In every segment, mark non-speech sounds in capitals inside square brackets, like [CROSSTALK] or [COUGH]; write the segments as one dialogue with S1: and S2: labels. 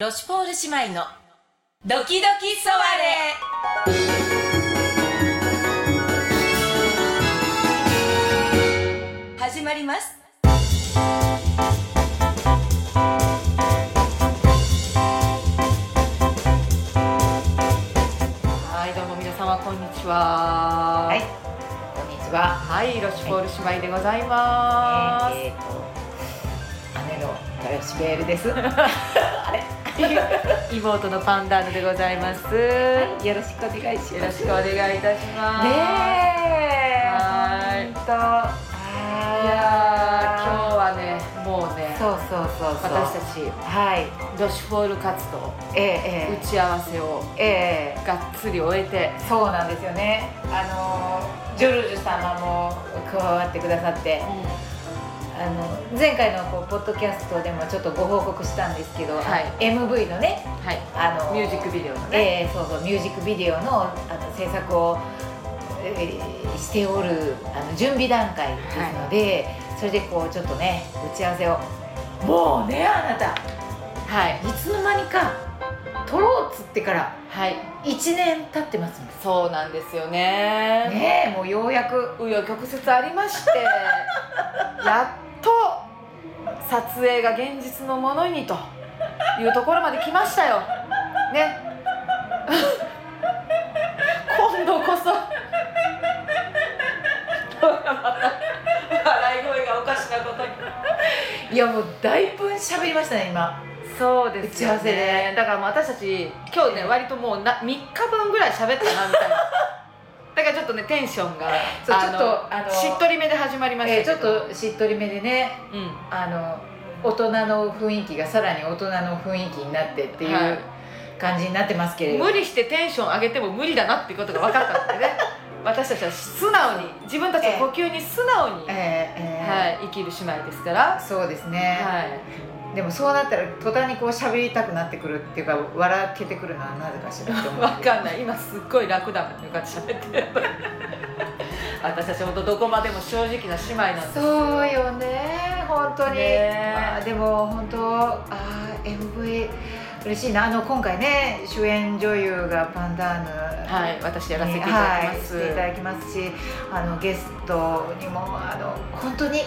S1: ロシュポール姉妹のドキドキソワレ始まります
S2: はい、どうも皆様こんにちは。
S3: はい、こんにちは。
S2: はい、ロシュポール姉妹でございま
S3: えーと姉の豊吉ベール [LAUGHS] です。は
S2: す。 [LAUGHS] 妹のパンダーヌでございます。よ
S3: いよろしくお願いし
S2: ろ
S3: ま
S2: し
S3: す。
S2: くお願いいたします。
S3: え
S2: はい
S3: 本当。
S2: いやー、今日はね、もうね、
S3: そうそうそうそう。
S2: 私た
S3: ち。
S2: ち
S3: はい。
S2: ロシュポール活動
S3: え
S2: 打
S3: え
S2: ち合わせを
S3: えええ
S2: がっつり終えて、
S3: えそうなんですよね。あのジョルジュ様も加わってくださって、あの前回のこうポッドキャストでもちょっとご報告したんですけど、
S2: はい
S3: あの MV のね、
S2: はい、
S3: あの
S2: ミュージックビデオのね、
S3: えーそうそうミュージックビデオのあの制作を、えーしておるあの準備段階ですので、それでこうちょっとね打ち合わせをもうねあなた
S2: はい、
S3: いつの間にか撮ろうっつってから
S2: はい、
S3: 1年経ってますも
S2: そうなんですよ
S3: んねえもうようやく
S2: 紆余曲折ありま
S3: [LAUGHS]
S2: してやっと撮影が現実のものにというところまで来ましたよね [LAUGHS] 今度こそ笑い声がおかしなことに
S3: いやもうだいぶ喋りましたね今
S2: そうですよ、ね、
S3: 打ち合わせで
S2: だからもう私たち今日ね割ともうな3日分ぐらい喋ったなみ
S3: [LAUGHS]
S2: たいなだからちょっとねテンションが
S3: そう
S2: あの
S3: ちょっとあの
S2: しっとりめで始まりました
S3: え
S2: け
S3: ーち
S2: ど
S3: ょっとしっとりめでね
S2: うん
S3: あの大人の雰囲気がさらに大人の雰囲気になってってい
S2: は
S3: う
S2: い
S3: 感じになってますけれども、
S2: 無理してテンション上げても無理だなっていうことが分かったのでね
S3: [LAUGHS]
S2: 私たちは素直に自分たちの呼吸に素直に、
S3: えーえー
S2: はい、生きる姉妹ですから、
S3: そうですね、
S2: はい、
S3: でもそうなったら途端にこう喋りたくなってくるっていうか笑けてくるのはなぜかしらと思う
S2: 分かんない今すっごい楽だもんねこうやって喋って [LAUGHS] る私たち本当どこまでも正直な姉妹なんです
S3: そうよね本当に、
S2: ね
S3: あーでも本当あー MV 嬉しいなあの今回ね主演女優がパンダーヌ
S2: はい私やらせていただき
S3: は
S2: ま
S3: い、し
S2: す、
S3: ていただきますしあのゲストにもあの本当に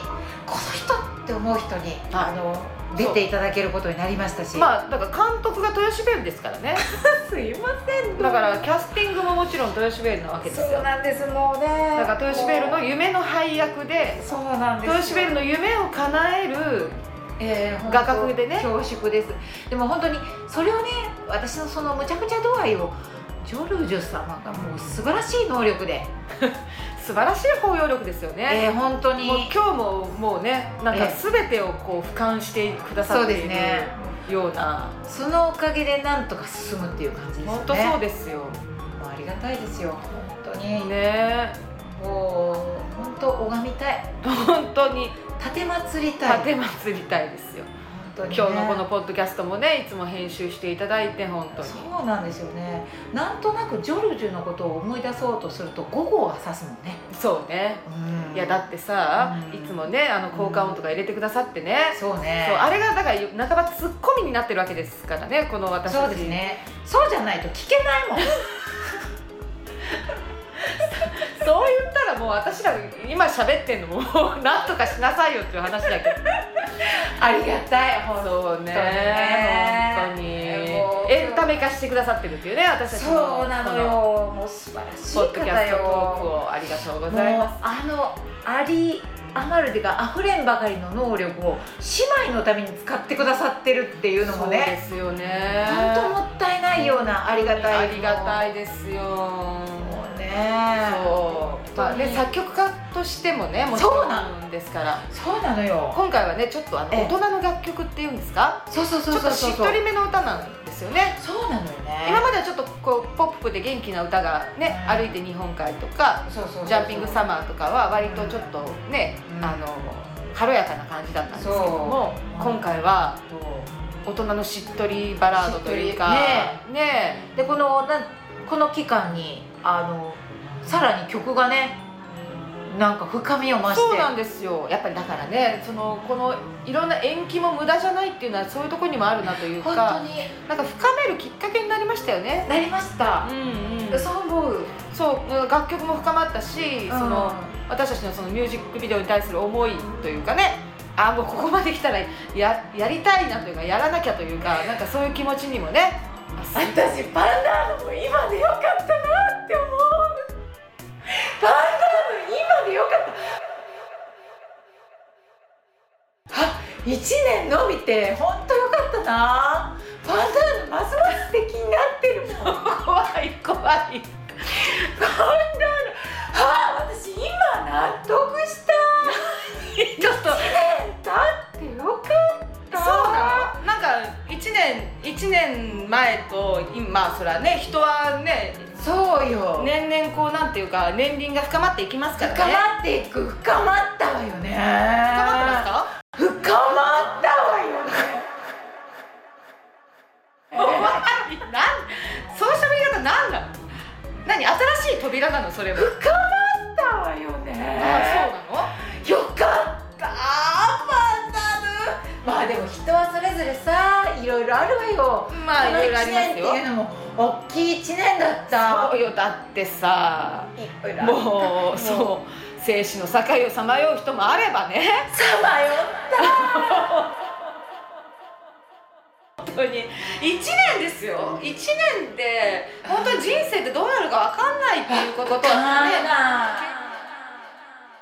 S3: この人って思う人に
S2: はい
S3: あの出ていただけることになりましたし、
S2: まあだから監督が豊島ベルですからね
S3: [LAUGHS] すいません
S2: だからキャスティングももちろん豊島ベルなわけです
S3: そう
S2: よだ
S3: なんですもうね
S2: から豊島ベルの夢の配役で
S3: そうなんです
S2: 豊島ベルの夢を叶える
S3: えー
S2: 画角でね
S3: 本当恐縮ですでも本当にそれをね私のそのむちゃくちゃ度合いをジョルジュ様がもう素晴らしい能力で、
S2: 素晴らしい包容力ですよね、
S3: えー本当に
S2: もう今日ももうねなんか
S3: え
S2: 全てをこう俯瞰してくださ
S3: そう
S2: って
S3: で
S2: い
S3: す
S2: る
S3: ね
S2: ような
S3: そのおかげでなんとか進むっていう感じですよね
S2: 本当そうですよ
S3: もうありがたいですよ本当
S2: ね
S3: に、もう本当拝みたい
S2: 本当に
S3: 立てまつりたい
S2: 立て祭りたいですよ、
S3: 本当にね
S2: 今日のこのポッドキャストもねいつも編集していただいて本当に
S3: そうなんですよねなんとなくジョルジュのことを思い出そうとすると午後は指すもんね、
S2: そうね
S3: うん
S2: いやだってさ、
S3: うん
S2: いつもねあの効果音とか入れてくださってね、
S3: そうね
S2: そうあれがだから半ばツッコミになってるわけですからねこの私たち
S3: そうですねそうじゃないと聞けない
S2: [LAUGHS]
S3: もん
S2: そう言ったらもう私ら今喋ってんのももうなんとかしなさいよっていう話だけど
S3: ありがたいほん
S2: そうね
S3: 本
S2: 本当
S3: 当
S2: に
S3: に
S2: エンタメ化してくださってるっていうね私たちの
S3: そうなのよもう素晴らしい
S2: このポッドキャ
S3: 方
S2: ストトーク
S3: よ
S2: をありがとうご
S3: もう
S2: ざいます
S3: あのあり余るていうか溢れんばかりの能力を姉妹のために使ってくださってるっていうのも
S2: そう
S3: ね
S2: ですよね
S3: 本当もったいないようなありがたい
S2: ありが
S3: い
S2: たいですよ
S3: もうね
S2: そう、まあね、作曲家としてもねもち
S3: そ
S2: ろ
S3: うなん
S2: ですから
S3: そうなのよ
S2: 今回はねちょっとあの
S3: ええ
S2: 大人の楽曲っていうんですか
S3: そうそう
S2: ち
S3: そ
S2: ょ
S3: う
S2: っと
S3: そう
S2: しっとりめの歌なんですよね
S3: そうなのよ
S2: 今
S3: ね
S2: まではちょっとこうポップで元気な歌がね
S3: うん
S2: 歩いて日本海とか
S3: そうそうそう
S2: ジャンピングサマーとかは割とちょっとね
S3: うん
S2: あの軽やかな感じだったんですけども
S3: そう
S2: 今回は
S3: そ
S2: 大
S3: う
S2: 人のしっとりバラードというか
S3: し
S2: ね
S3: でこのなんこの期間にあのさらに曲がねなんか深みを増して
S2: そうなんですよやっぱりだからねそのこのいろんな延期も無駄じゃないっていうのはそういうところにもあるなという
S3: 本
S2: か
S3: 当に
S2: なんか深めるきっかけになりましたよね
S3: なりました、
S2: うん
S3: そう思う、
S2: そう楽曲も深まったし、その私たちのそのミュージックビデオに対する思いというかねあもうここまで来たらややりたいなというかやらなきゃというかなんかそういう気持ちにもねあ
S3: 私パンダーム今でよかったなって思うパンダーム今でよかったあ1年伸びて本当よかったなパンダームますます素敵になってるもんパンダーム
S2: 怖い怖い
S3: あ私今納得した
S2: [LAUGHS] ちょっと
S3: だってよかった
S2: そうなのなんか1年1年前と今まあそれはね人はね
S3: そうよ、
S2: 年々こうなんていうか年輪が深まっていきますからね
S3: 深まっていく深まったわよね
S2: 深
S3: 深
S2: まってますか
S3: 深まったわよねえ
S2: 怖いなんそういう喋り方なんなの何新しい扉なのそれも
S3: 深まったわよね
S2: あそうなの
S3: そうよかったパンダルまあでも人はそれぞれさいろいろあるわよ
S2: まあいろいろあります
S3: この一年っ
S2: よ
S3: ていうのも大きい一年だった
S2: そうよだってさ
S3: いろいろあった
S2: もうそう生死の境をさまよう人もあればね
S3: さまよ
S2: 本当に1年ですよ1年で本当に人生ってどうなるか分かんないっていうことと
S3: った
S2: ね
S3: な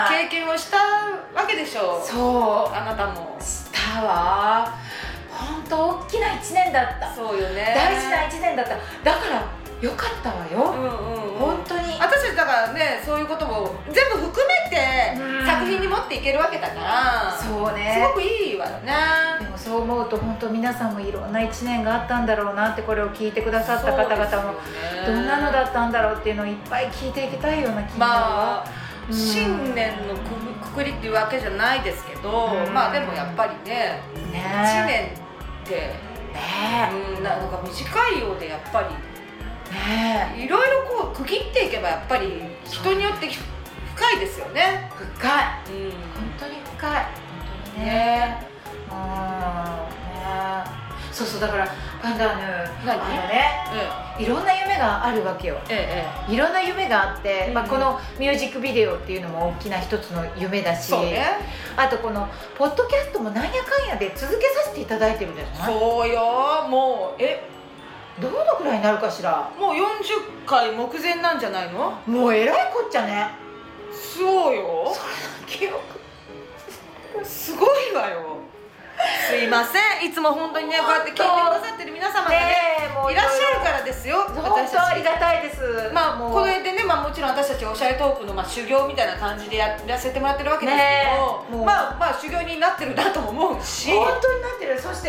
S2: 経験をしたわけでしょう
S3: そう
S2: あなたも
S3: したわ本当大きな1年だった
S2: そうよね
S3: 大事な1年だっただからよかったわ
S2: う
S3: よ、
S2: んうん、うん
S3: 本、当に
S2: 私たちだからねそういうことも全部含め
S3: う
S2: て
S3: ん
S2: 作品に持っていけるわけだからす
S3: そう
S2: ごくいいわよね
S3: でもそう思うと本当皆さんもいろんな1年があったんだろうなってこれを聞いてくださった方々もどんなのだ
S2: っ
S3: ったんだろうっていうのをいっぱい聞いていきたいような気になる
S2: ま
S3: わ、
S2: あ
S3: うん
S2: 新年のくくくりっていうわけじゃないですけど、
S3: うん
S2: まあでもやっぱりね
S3: ね
S2: 1
S3: えね
S2: 年って、
S3: え
S2: うん、ななんか短いようでやっぱり
S3: ね
S2: いろいろこう区切っていけばやっぱり人によってひ深いですよね
S3: え、深い
S2: うん、
S3: 本当に深い本当にね
S2: ね
S3: うんねえそうそうだからパンダーヌあ
S2: 何
S3: のね
S2: ええ
S3: いろんな夢があるわけよ
S2: え
S3: いろんな夢があって、
S2: うん
S3: まあ、このミュージックビデオっていうのも大きな一つの夢だ
S2: え
S3: し、
S2: そうね
S3: あとこのポッドキャストもなんやかんやで続けさせていただいてるじゃない
S2: そうよもうえ
S3: どのくらいになるかしら
S2: もう40回目前なんじゃないの
S3: もうえらいこっちゃね
S2: そうよ
S3: 記憶
S2: すごいわよすいませんいつも本当にねこうやって聞いてくださってる皆様がね
S3: ねえもう
S2: い
S3: い
S2: らっしゃ
S3: ゃ
S2: るからですよ
S3: 本
S2: 私
S3: 当あ
S2: た
S3: り
S2: ち
S3: がたいです
S2: まあ
S3: もう
S2: これでね、まあ、もちろん私たちおしゃれトークの、まあ、修行みたいな感じでやらせてもらってるわけですけ
S3: ねえ
S2: ど、
S3: もう
S2: まあまあ修行になってるなとも思うし
S3: 本当になってるそして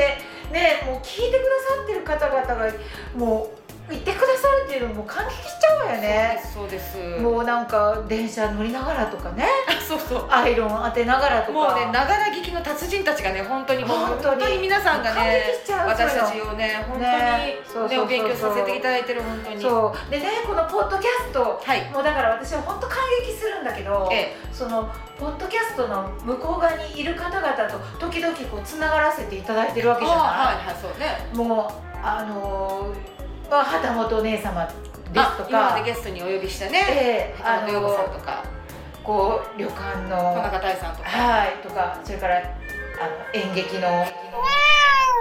S3: ねもう聞いてくださってる方々がもう言ってくださるっていうのも感激しちゃうわよね
S2: そうですそうです
S3: もうなんか電車乗りながらとかね
S2: あ [LAUGHS] そうそう
S3: アイロン当てながらとか
S2: もうねながら聞きの達人たちがね本当にもう
S3: 本
S2: 本
S3: 当
S2: 当に
S3: に
S2: 皆さんがね
S3: 感激しちゃう
S2: 私た
S3: そう
S2: ち
S3: いう
S2: をね本当に
S3: ね
S2: ね
S3: そうそうそうそう
S2: お勉強させていただいてる本当に
S3: そうでねこのポッドキャスト
S2: はい
S3: もうだから私は本当感激するんだけど
S2: ええ
S3: そのポッドキャストの向こう側にいる方々と時々こうつながらせていただいてるわ
S2: あ
S3: けじゃな
S2: はいはいそうね
S3: いもうあのーまあ旗本お姉様ですと
S2: あ今ま
S3: か
S2: でゲストにお呼びしたね
S3: ええ
S2: あ
S3: あ
S2: のヨ子さんと
S3: の
S2: か
S3: こう旅館
S2: 田
S3: の
S2: 中大さんとか
S3: はいとかそれからあの演劇の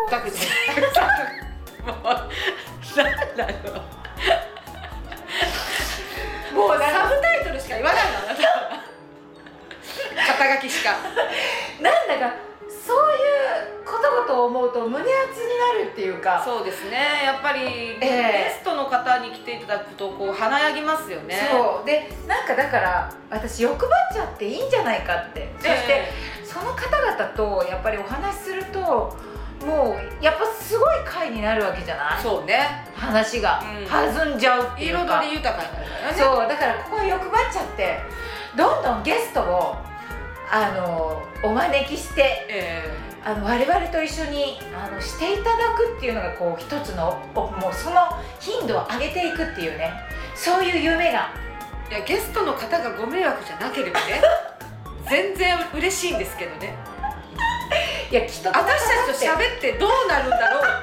S2: 北口さんとかもうなんだろうもうサブタイトルしか言わないのあなた肩書きしか
S3: なんだかそういうことごとを思うと胸熱になるっていうか
S2: そうですねやっぱり、
S3: ええ
S2: ゲストの方に来ていただくとこう華やぎますよね
S3: そうでなんかだから私欲張っちゃっていいんじゃないかってそ
S2: そ
S3: して、その方々とやっぱりお話しするともうやっぱすごい回になるわけじゃない
S2: そうね
S3: 話が
S2: うん
S3: 弾んじゃうっていうか、
S2: 彩り豊かになるからね
S3: そうだからここは欲張っちゃってどんどんゲストをあのお招きして
S2: え
S3: あの我々と一緒にあのしていただくっていうのがこう一つのおもうその頻度を上げていくっていうねそういう夢が
S2: いやゲストの方がご迷惑じゃなければ
S3: [LAUGHS]
S2: ね全然嬉しいんですけどね
S3: いやきっと
S2: 私たちと喋ってどうなるんだろうって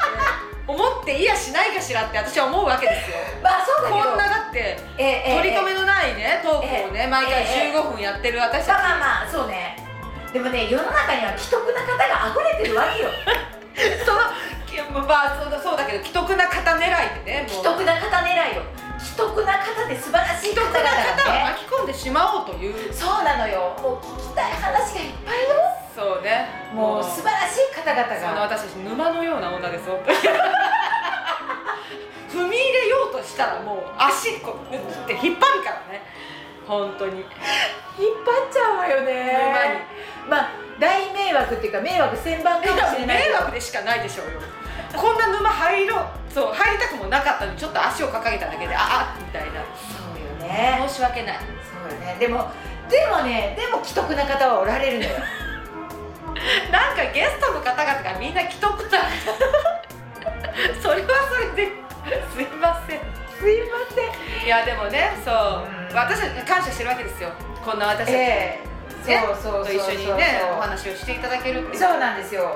S2: 思っていやしないかしらって私は思うわけですよ
S3: まあそうだ
S2: こ
S3: けど
S2: んなだって
S3: ええええ
S2: 取り留めのないねトークをね毎回15分やってる私た
S3: ま
S2: ち
S3: あまあまあそうねでもね世の中には既得な方が溢れてるわけよ
S2: そのきまあそうだそうだけど既得な方狙いでねも
S3: 既
S2: う
S3: 得な方狙いよ既得な方で素晴らしい
S2: 既
S3: 方
S2: 得
S3: 々
S2: な方を
S3: がね
S2: 巻き込んでしまおうという
S3: そうなのよもう聞きたい話がいっぱいよ
S2: そうね
S3: もう素晴らしい方々
S2: その
S3: が
S2: 私たち沼のような女です本当に [LAUGHS] 踏み入れようとしたらもう足こうって引っ張るからね本当に
S3: 引っ張っちゃうわよねまあ大迷惑っていうか迷惑千番かもしれない
S2: 迷
S3: けど
S2: 惑でしか [LAUGHS] ないでしょうよこんな沼入ろうそう入りたくもなかったのにちょっと足を掲げただけでああみたいな
S3: そうよね
S2: 申し訳ない
S3: そうよねでもでもねでも既得な方はおられ
S2: [LAUGHS]
S3: るのよ
S2: なんかゲストの方々がみんな [LAUGHS] 既得だそれはそれですいません
S3: すいません
S2: いやでもねそう、
S3: うん
S2: 私たちに感謝してるわけですよこんな私たちに、
S3: ええそうそうそう
S2: と
S3: そう
S2: 一緒にねお話をしていただけるっていう
S3: そうなんですよ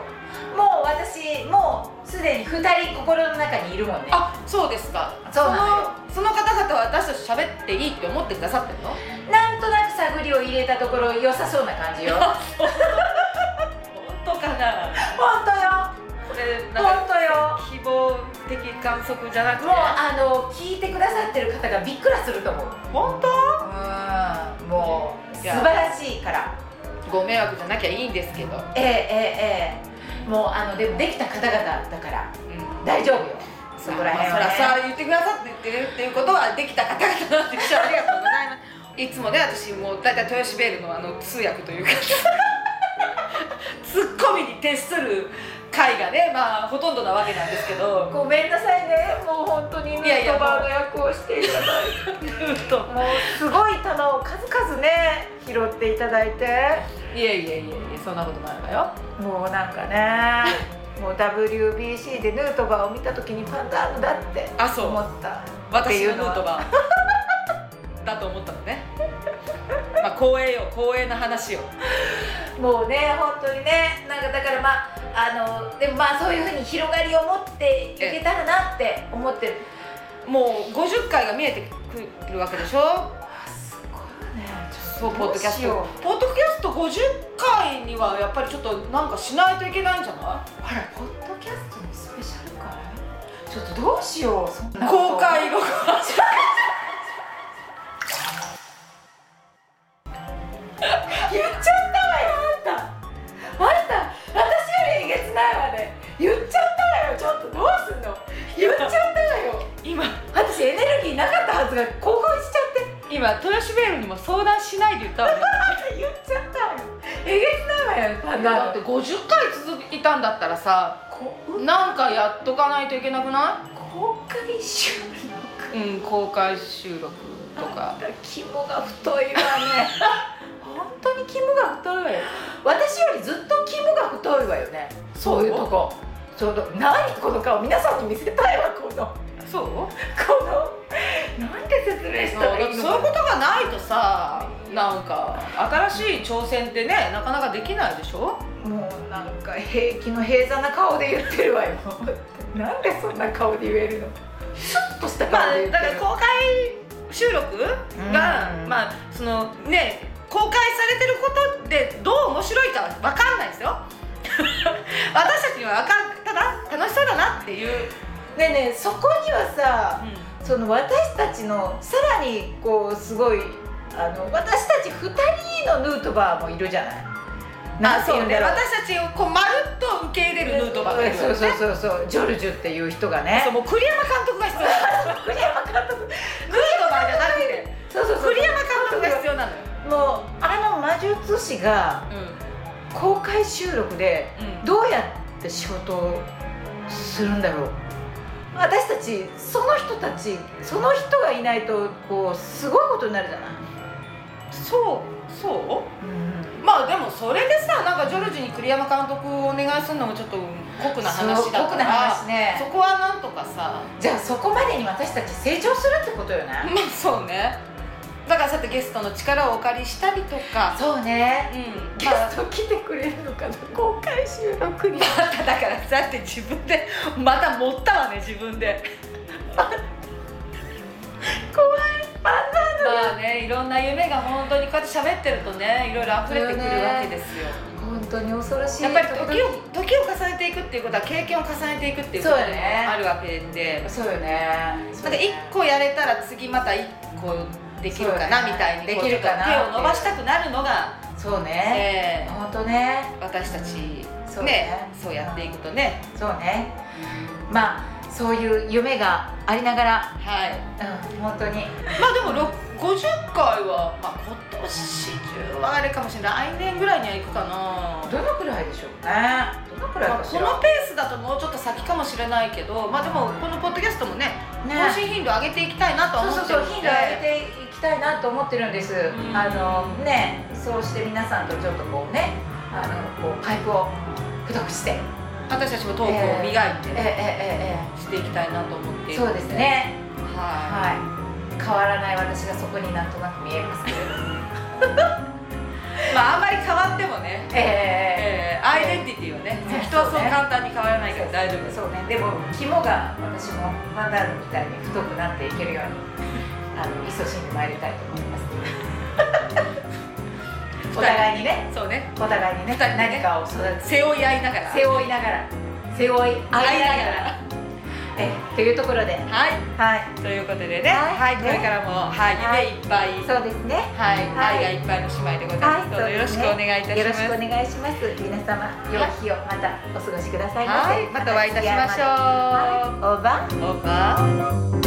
S3: もう私もうすでに2人心の中にいるもんね
S2: あそうですか
S3: そうなのよ
S2: そのその方々は私たち喋っていいって思ってくださってるの
S3: なんとなく探りを入れたところ良さそうな感じ
S2: [LAUGHS]
S3: よ本
S2: 本当かな
S3: 当よ
S2: これなん
S3: 本
S2: か
S3: 当よ
S2: 希望的観測じゃなくて
S3: もうあの聞いてくださってる方がびっくらすると思う
S2: 本当
S3: うんもう素
S2: いや
S3: 晴らしいから
S2: ご迷惑じゃなきゃいいんですけど、
S3: ええええええもうあのでもできた方々だから
S2: うん
S3: 大丈夫よそこら辺は、ね
S2: まあそらさ言ってくださってるっていうことはできた方々なんでしょうありがとうございますいつもね私もう大体豊島ベールのあの通訳というかツッコミに徹する回がねまあほとんどなわけなんですけ [LAUGHS] ど
S3: ごめんなさいねもう本当にヌ
S2: いやい
S3: ー
S2: や
S3: トバーの役をしていただいて
S2: と
S3: もうすごい棚を数々ね拾っていただいて
S2: いえいえいえいえそんなことないわよ
S3: もうなんかねもう WBC でヌートバーを見た時にパンダーヌだって
S2: あそう
S3: 思ったって
S2: 私
S3: い
S2: の
S3: う
S2: ヌ
S3: の
S2: ー
S3: は
S2: ト [LAUGHS] バーだと思ったのねまあ光栄よ光栄な話よ
S3: もうね本当にねなんかだからまああのでもまあそういうふうに広がりを持っていけたらなって思ってる
S2: もう50回が見えてくるわけでしょ
S3: すごいね
S2: そうポッドキャス
S3: どうしよ
S2: トポッドキャスト50回にはやっぱりちょっとなんかしないといけないんじゃな
S3: うあらポッドキャストのスペシャルかちょっとどうしようそんないこと
S2: 公開録画
S3: 言っちゃったわよあんたあんた私よりえげつないわね言っちゃったわよちょっとどうすんの言っちゃったわよ
S2: 今
S3: 私エネルギーなかったはずが興奮しちゃって [LAUGHS]
S2: 今豊島ベールにも相談しないで言ったわね
S3: 言っちゃったわよえげつないわよパン
S2: [LAUGHS] だ
S3: ダ
S2: って50回続いたんだったらさ
S3: こ
S2: なんかやっとかないといけなくな
S3: 公開収録
S2: いうん公開収録と
S3: あ
S2: か
S3: んた肝が
S2: [LAUGHS]
S3: 太いわね本当に肝が太いわよ私よりずっと肝が太いわよねそういうとこちょうど何この顔皆さんに見せたいわこの [LAUGHS]
S2: そう
S3: このなんて説明したらいいの
S2: そういうことがないとさなんか新しい挑戦ってねなかなかできないでしょ
S3: もうなんか平気の平座な顔で言ってるわよ [LAUGHS] なんでそんな顔で言えるのスッとした
S2: ま
S3: 顔
S2: あ
S3: で言って
S2: だから
S3: る、
S2: 公開収録が、
S3: うん
S2: まあそのね公開されてることでどう面白いかは分かんないですよ [LAUGHS] 私たちには分かんただ楽しそうだなっていう、
S3: ねえねえそこにはさその私たちのさらにこうすごいあの私たち2人のヌートバーもいるじゃない
S2: あ
S3: なんて
S2: そ
S3: 言
S2: うんね
S3: だろう
S2: 私たちをこうまるっと受け入れるヌートバーがいる
S3: そうそうそうそうジョルジュっていう人がね
S2: そうもう栗山監督が必
S3: [LAUGHS]
S2: 要なの
S3: 栗山監督
S2: ヌートバーじゃなくて
S3: そうそうそう
S2: 栗山監督が必要なのよ、
S3: もうあの魔術師が公開収録で
S2: うん
S3: どうやって仕事をするんだろう私たちその人たちその人がいないとこうすごいことになるじゃない、
S2: そうそうまあでもそれでさなんかジョルジュに栗山監督をお願いするのもちょっと酷な話だ
S3: そう
S2: か
S3: 酷な
S2: ら
S3: 話ね
S2: そこはなんとかさ
S3: じゃあそこまでに私たち成長するってことよね
S2: まあそうねだからさてゲストの力をお借りしたりとか、
S3: そうね
S2: うん、
S3: ゲ
S2: まあ
S3: スト来てくれるのかな公開収録に
S2: まただからさって自分でまた持ったわね自分で
S3: 怖いパンダ
S2: まあねいろんな夢が本当にこうやって喋ってるとねいろいろ溢れてくるわけですよ、
S3: 本当に恐ろしい
S2: やっぱり時を時を重ねていくっていうことは経験を重ねていくっていうことも
S3: そうよね
S2: あるわけで
S3: そうよね
S2: なんか一個やれたら次また一個できるかな
S3: そう
S2: みたいにこう
S3: できるかな
S2: ちょっと手を伸ばしたくなるのが、
S3: そうね
S2: え
S3: 本当ね
S2: ー私たち
S3: そうね
S2: ねそうやっていくとね、
S3: そうねまあそういう夢がありながら
S2: はい
S3: うん本当に
S2: まあでもろ50回は、まあ、今年中はあれかもしれない来年ぐらいには行くかな
S3: どのくらいでしょうねどのくらい
S2: まあ
S3: かし
S2: こ
S3: ら、
S2: のペースだともうちょっと先かもしれないけどまあでもこのポッドキャストもね更新頻度上げていきたいなとは
S3: そう
S2: 思
S3: そう
S2: ってる
S3: そう頻度を上げていきたいなと思ってるんです、
S2: ん
S3: あのねそうして皆さんとちょっとこうねあのこうパイプを太くして
S2: 私たちもトークを磨いて、
S3: ええ
S2: ね
S3: え
S2: していきたいなと思っている
S3: そうですね
S2: は
S3: はい変わらない私がそこになんとなく見えますけれども
S2: いまああんまり変わってもね、
S3: ええ
S2: えーアイデンティティはね、
S3: ね
S2: 人はそう
S3: そうね
S2: 簡単に変わらないから大丈夫です
S3: そうねでも肝が私もマダムみたいに太くなっていけるよ
S2: [LAUGHS]
S3: うにあの勤しんでまいりたいと思いますお互いにね
S2: そうね
S3: お互いに
S2: 二
S3: ね
S2: 人でね
S3: 何かを育て
S2: 背負い合いながら
S3: 背負いながら背負い合いながらえというところで
S2: はい
S3: はい
S2: ということでね、は、
S3: はいい
S2: これからも、はい、
S3: はい
S2: 夢いっぱい、
S3: そうですね
S2: はい、
S3: はい
S2: 愛がいっぱいの姉妹でござい
S3: は
S2: ま
S3: い
S2: す。
S3: そ
S2: どうぞ
S3: う
S2: よ
S3: で
S2: ろ
S3: す
S2: しく
S3: ね
S2: お願いいたし
S3: よろ
S2: ます。
S3: しくお願いします皆様良い日をまたお過ごしくださいませ
S2: はい、またお会いいたしましょ。
S3: はいうオーバー
S2: オーバー。
S3: 「